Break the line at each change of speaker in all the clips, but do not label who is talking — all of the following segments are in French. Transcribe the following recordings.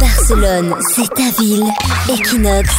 Barcelone, c'est ta ville. Equinox,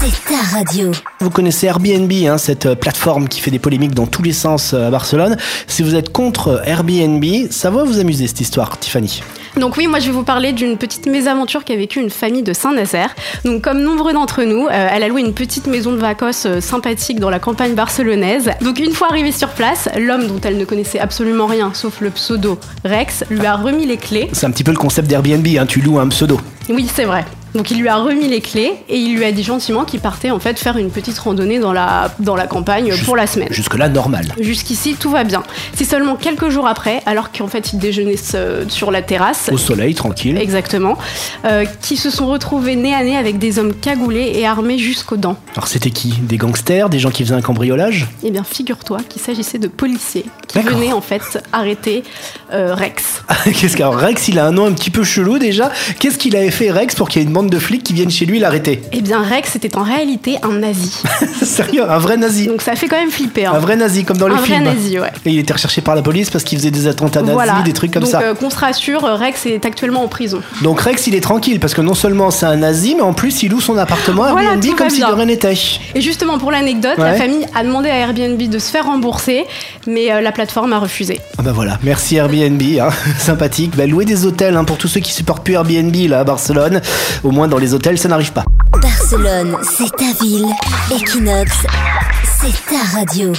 c'est ta radio.
Vous connaissez Airbnb, hein, cette euh, plateforme qui fait des polémiques dans tous les sens euh, à Barcelone. Si vous êtes contre Airbnb, ça va vous amuser cette histoire, Tiffany.
Donc oui, moi je vais vous parler d'une petite mésaventure qu'a vécue une famille de Saint-Nazaire. Donc comme nombreux d'entre nous, euh, elle a loué une petite maison de vacances euh, sympathique dans la campagne barcelonaise. Donc une fois arrivée sur place, l'homme dont elle ne connaissait absolument rien, sauf le pseudo Rex, lui a remis les clés.
C'est un petit peu le concept d'Airbnb, hein, tu loues un
Euh,
pseudo.
Oui, c'est vrai. Donc il lui a remis les clés et il lui a dit gentiment qu'il partait en fait faire une petite randonnée dans la, dans la campagne euh,
Jus-
pour la semaine.
Jusque-là, normal.
Jusqu'ici, tout va bien. C'est seulement quelques jours après, alors qu'en fait, ils déjeunaient euh, sur la terrasse,
Au soleil, tranquille.
Exactement. Euh, qui se sont retrouvés nez à nez avec des hommes cagoulés et armés jusqu'aux dents.
Alors c'était qui Des gangsters Des gens qui faisaient un cambriolage
Eh bien, figure-toi qu'il s'agissait de policiers qui
D'accord.
venaient en fait arrêter euh, Rex.
Qu'est-ce qu'un Rex, il a un nom un petit peu chelou déjà. Qu'est-ce qu'il avait fait Rex pour qu'il y ait une bande de flics qui viennent chez lui l'arrêter
Eh bien, Rex était en réalité un nazi.
Sérieux, un vrai nazi.
Donc ça fait quand même flipper. hein.
Un vrai nazi, comme dans les
Un vrai
films.
nazi, ouais.
Et il était recherché par la police parce qu'il faisait des attentats nazis,
Voilà.
des trucs comme
Donc,
ça.
euh, qu'on se rassure, Rex est actuellement en prison.
Donc Rex, il est tranquille parce que non seulement c'est un nazi, mais en plus il loue son appartement à
Voilà,
Airbnb
tout va
comme si de
bien.
rien n'était.
Et justement, pour l'anecdote,
Ouais.
la famille a demandé à Airbnb de se faire rembourser, mais euh, la plateforme a refusé.
Ah bah voilà, merci Airbnb, hein. sympathique. Bah, louer des hôtels hein, pour tous ceux qui supportent plus Airbnb là à Barcelone. Au moins dans les hôtels, ça n'arrive pas.
Barcelone, c'est ta ville. Equinox, c'est ta radio.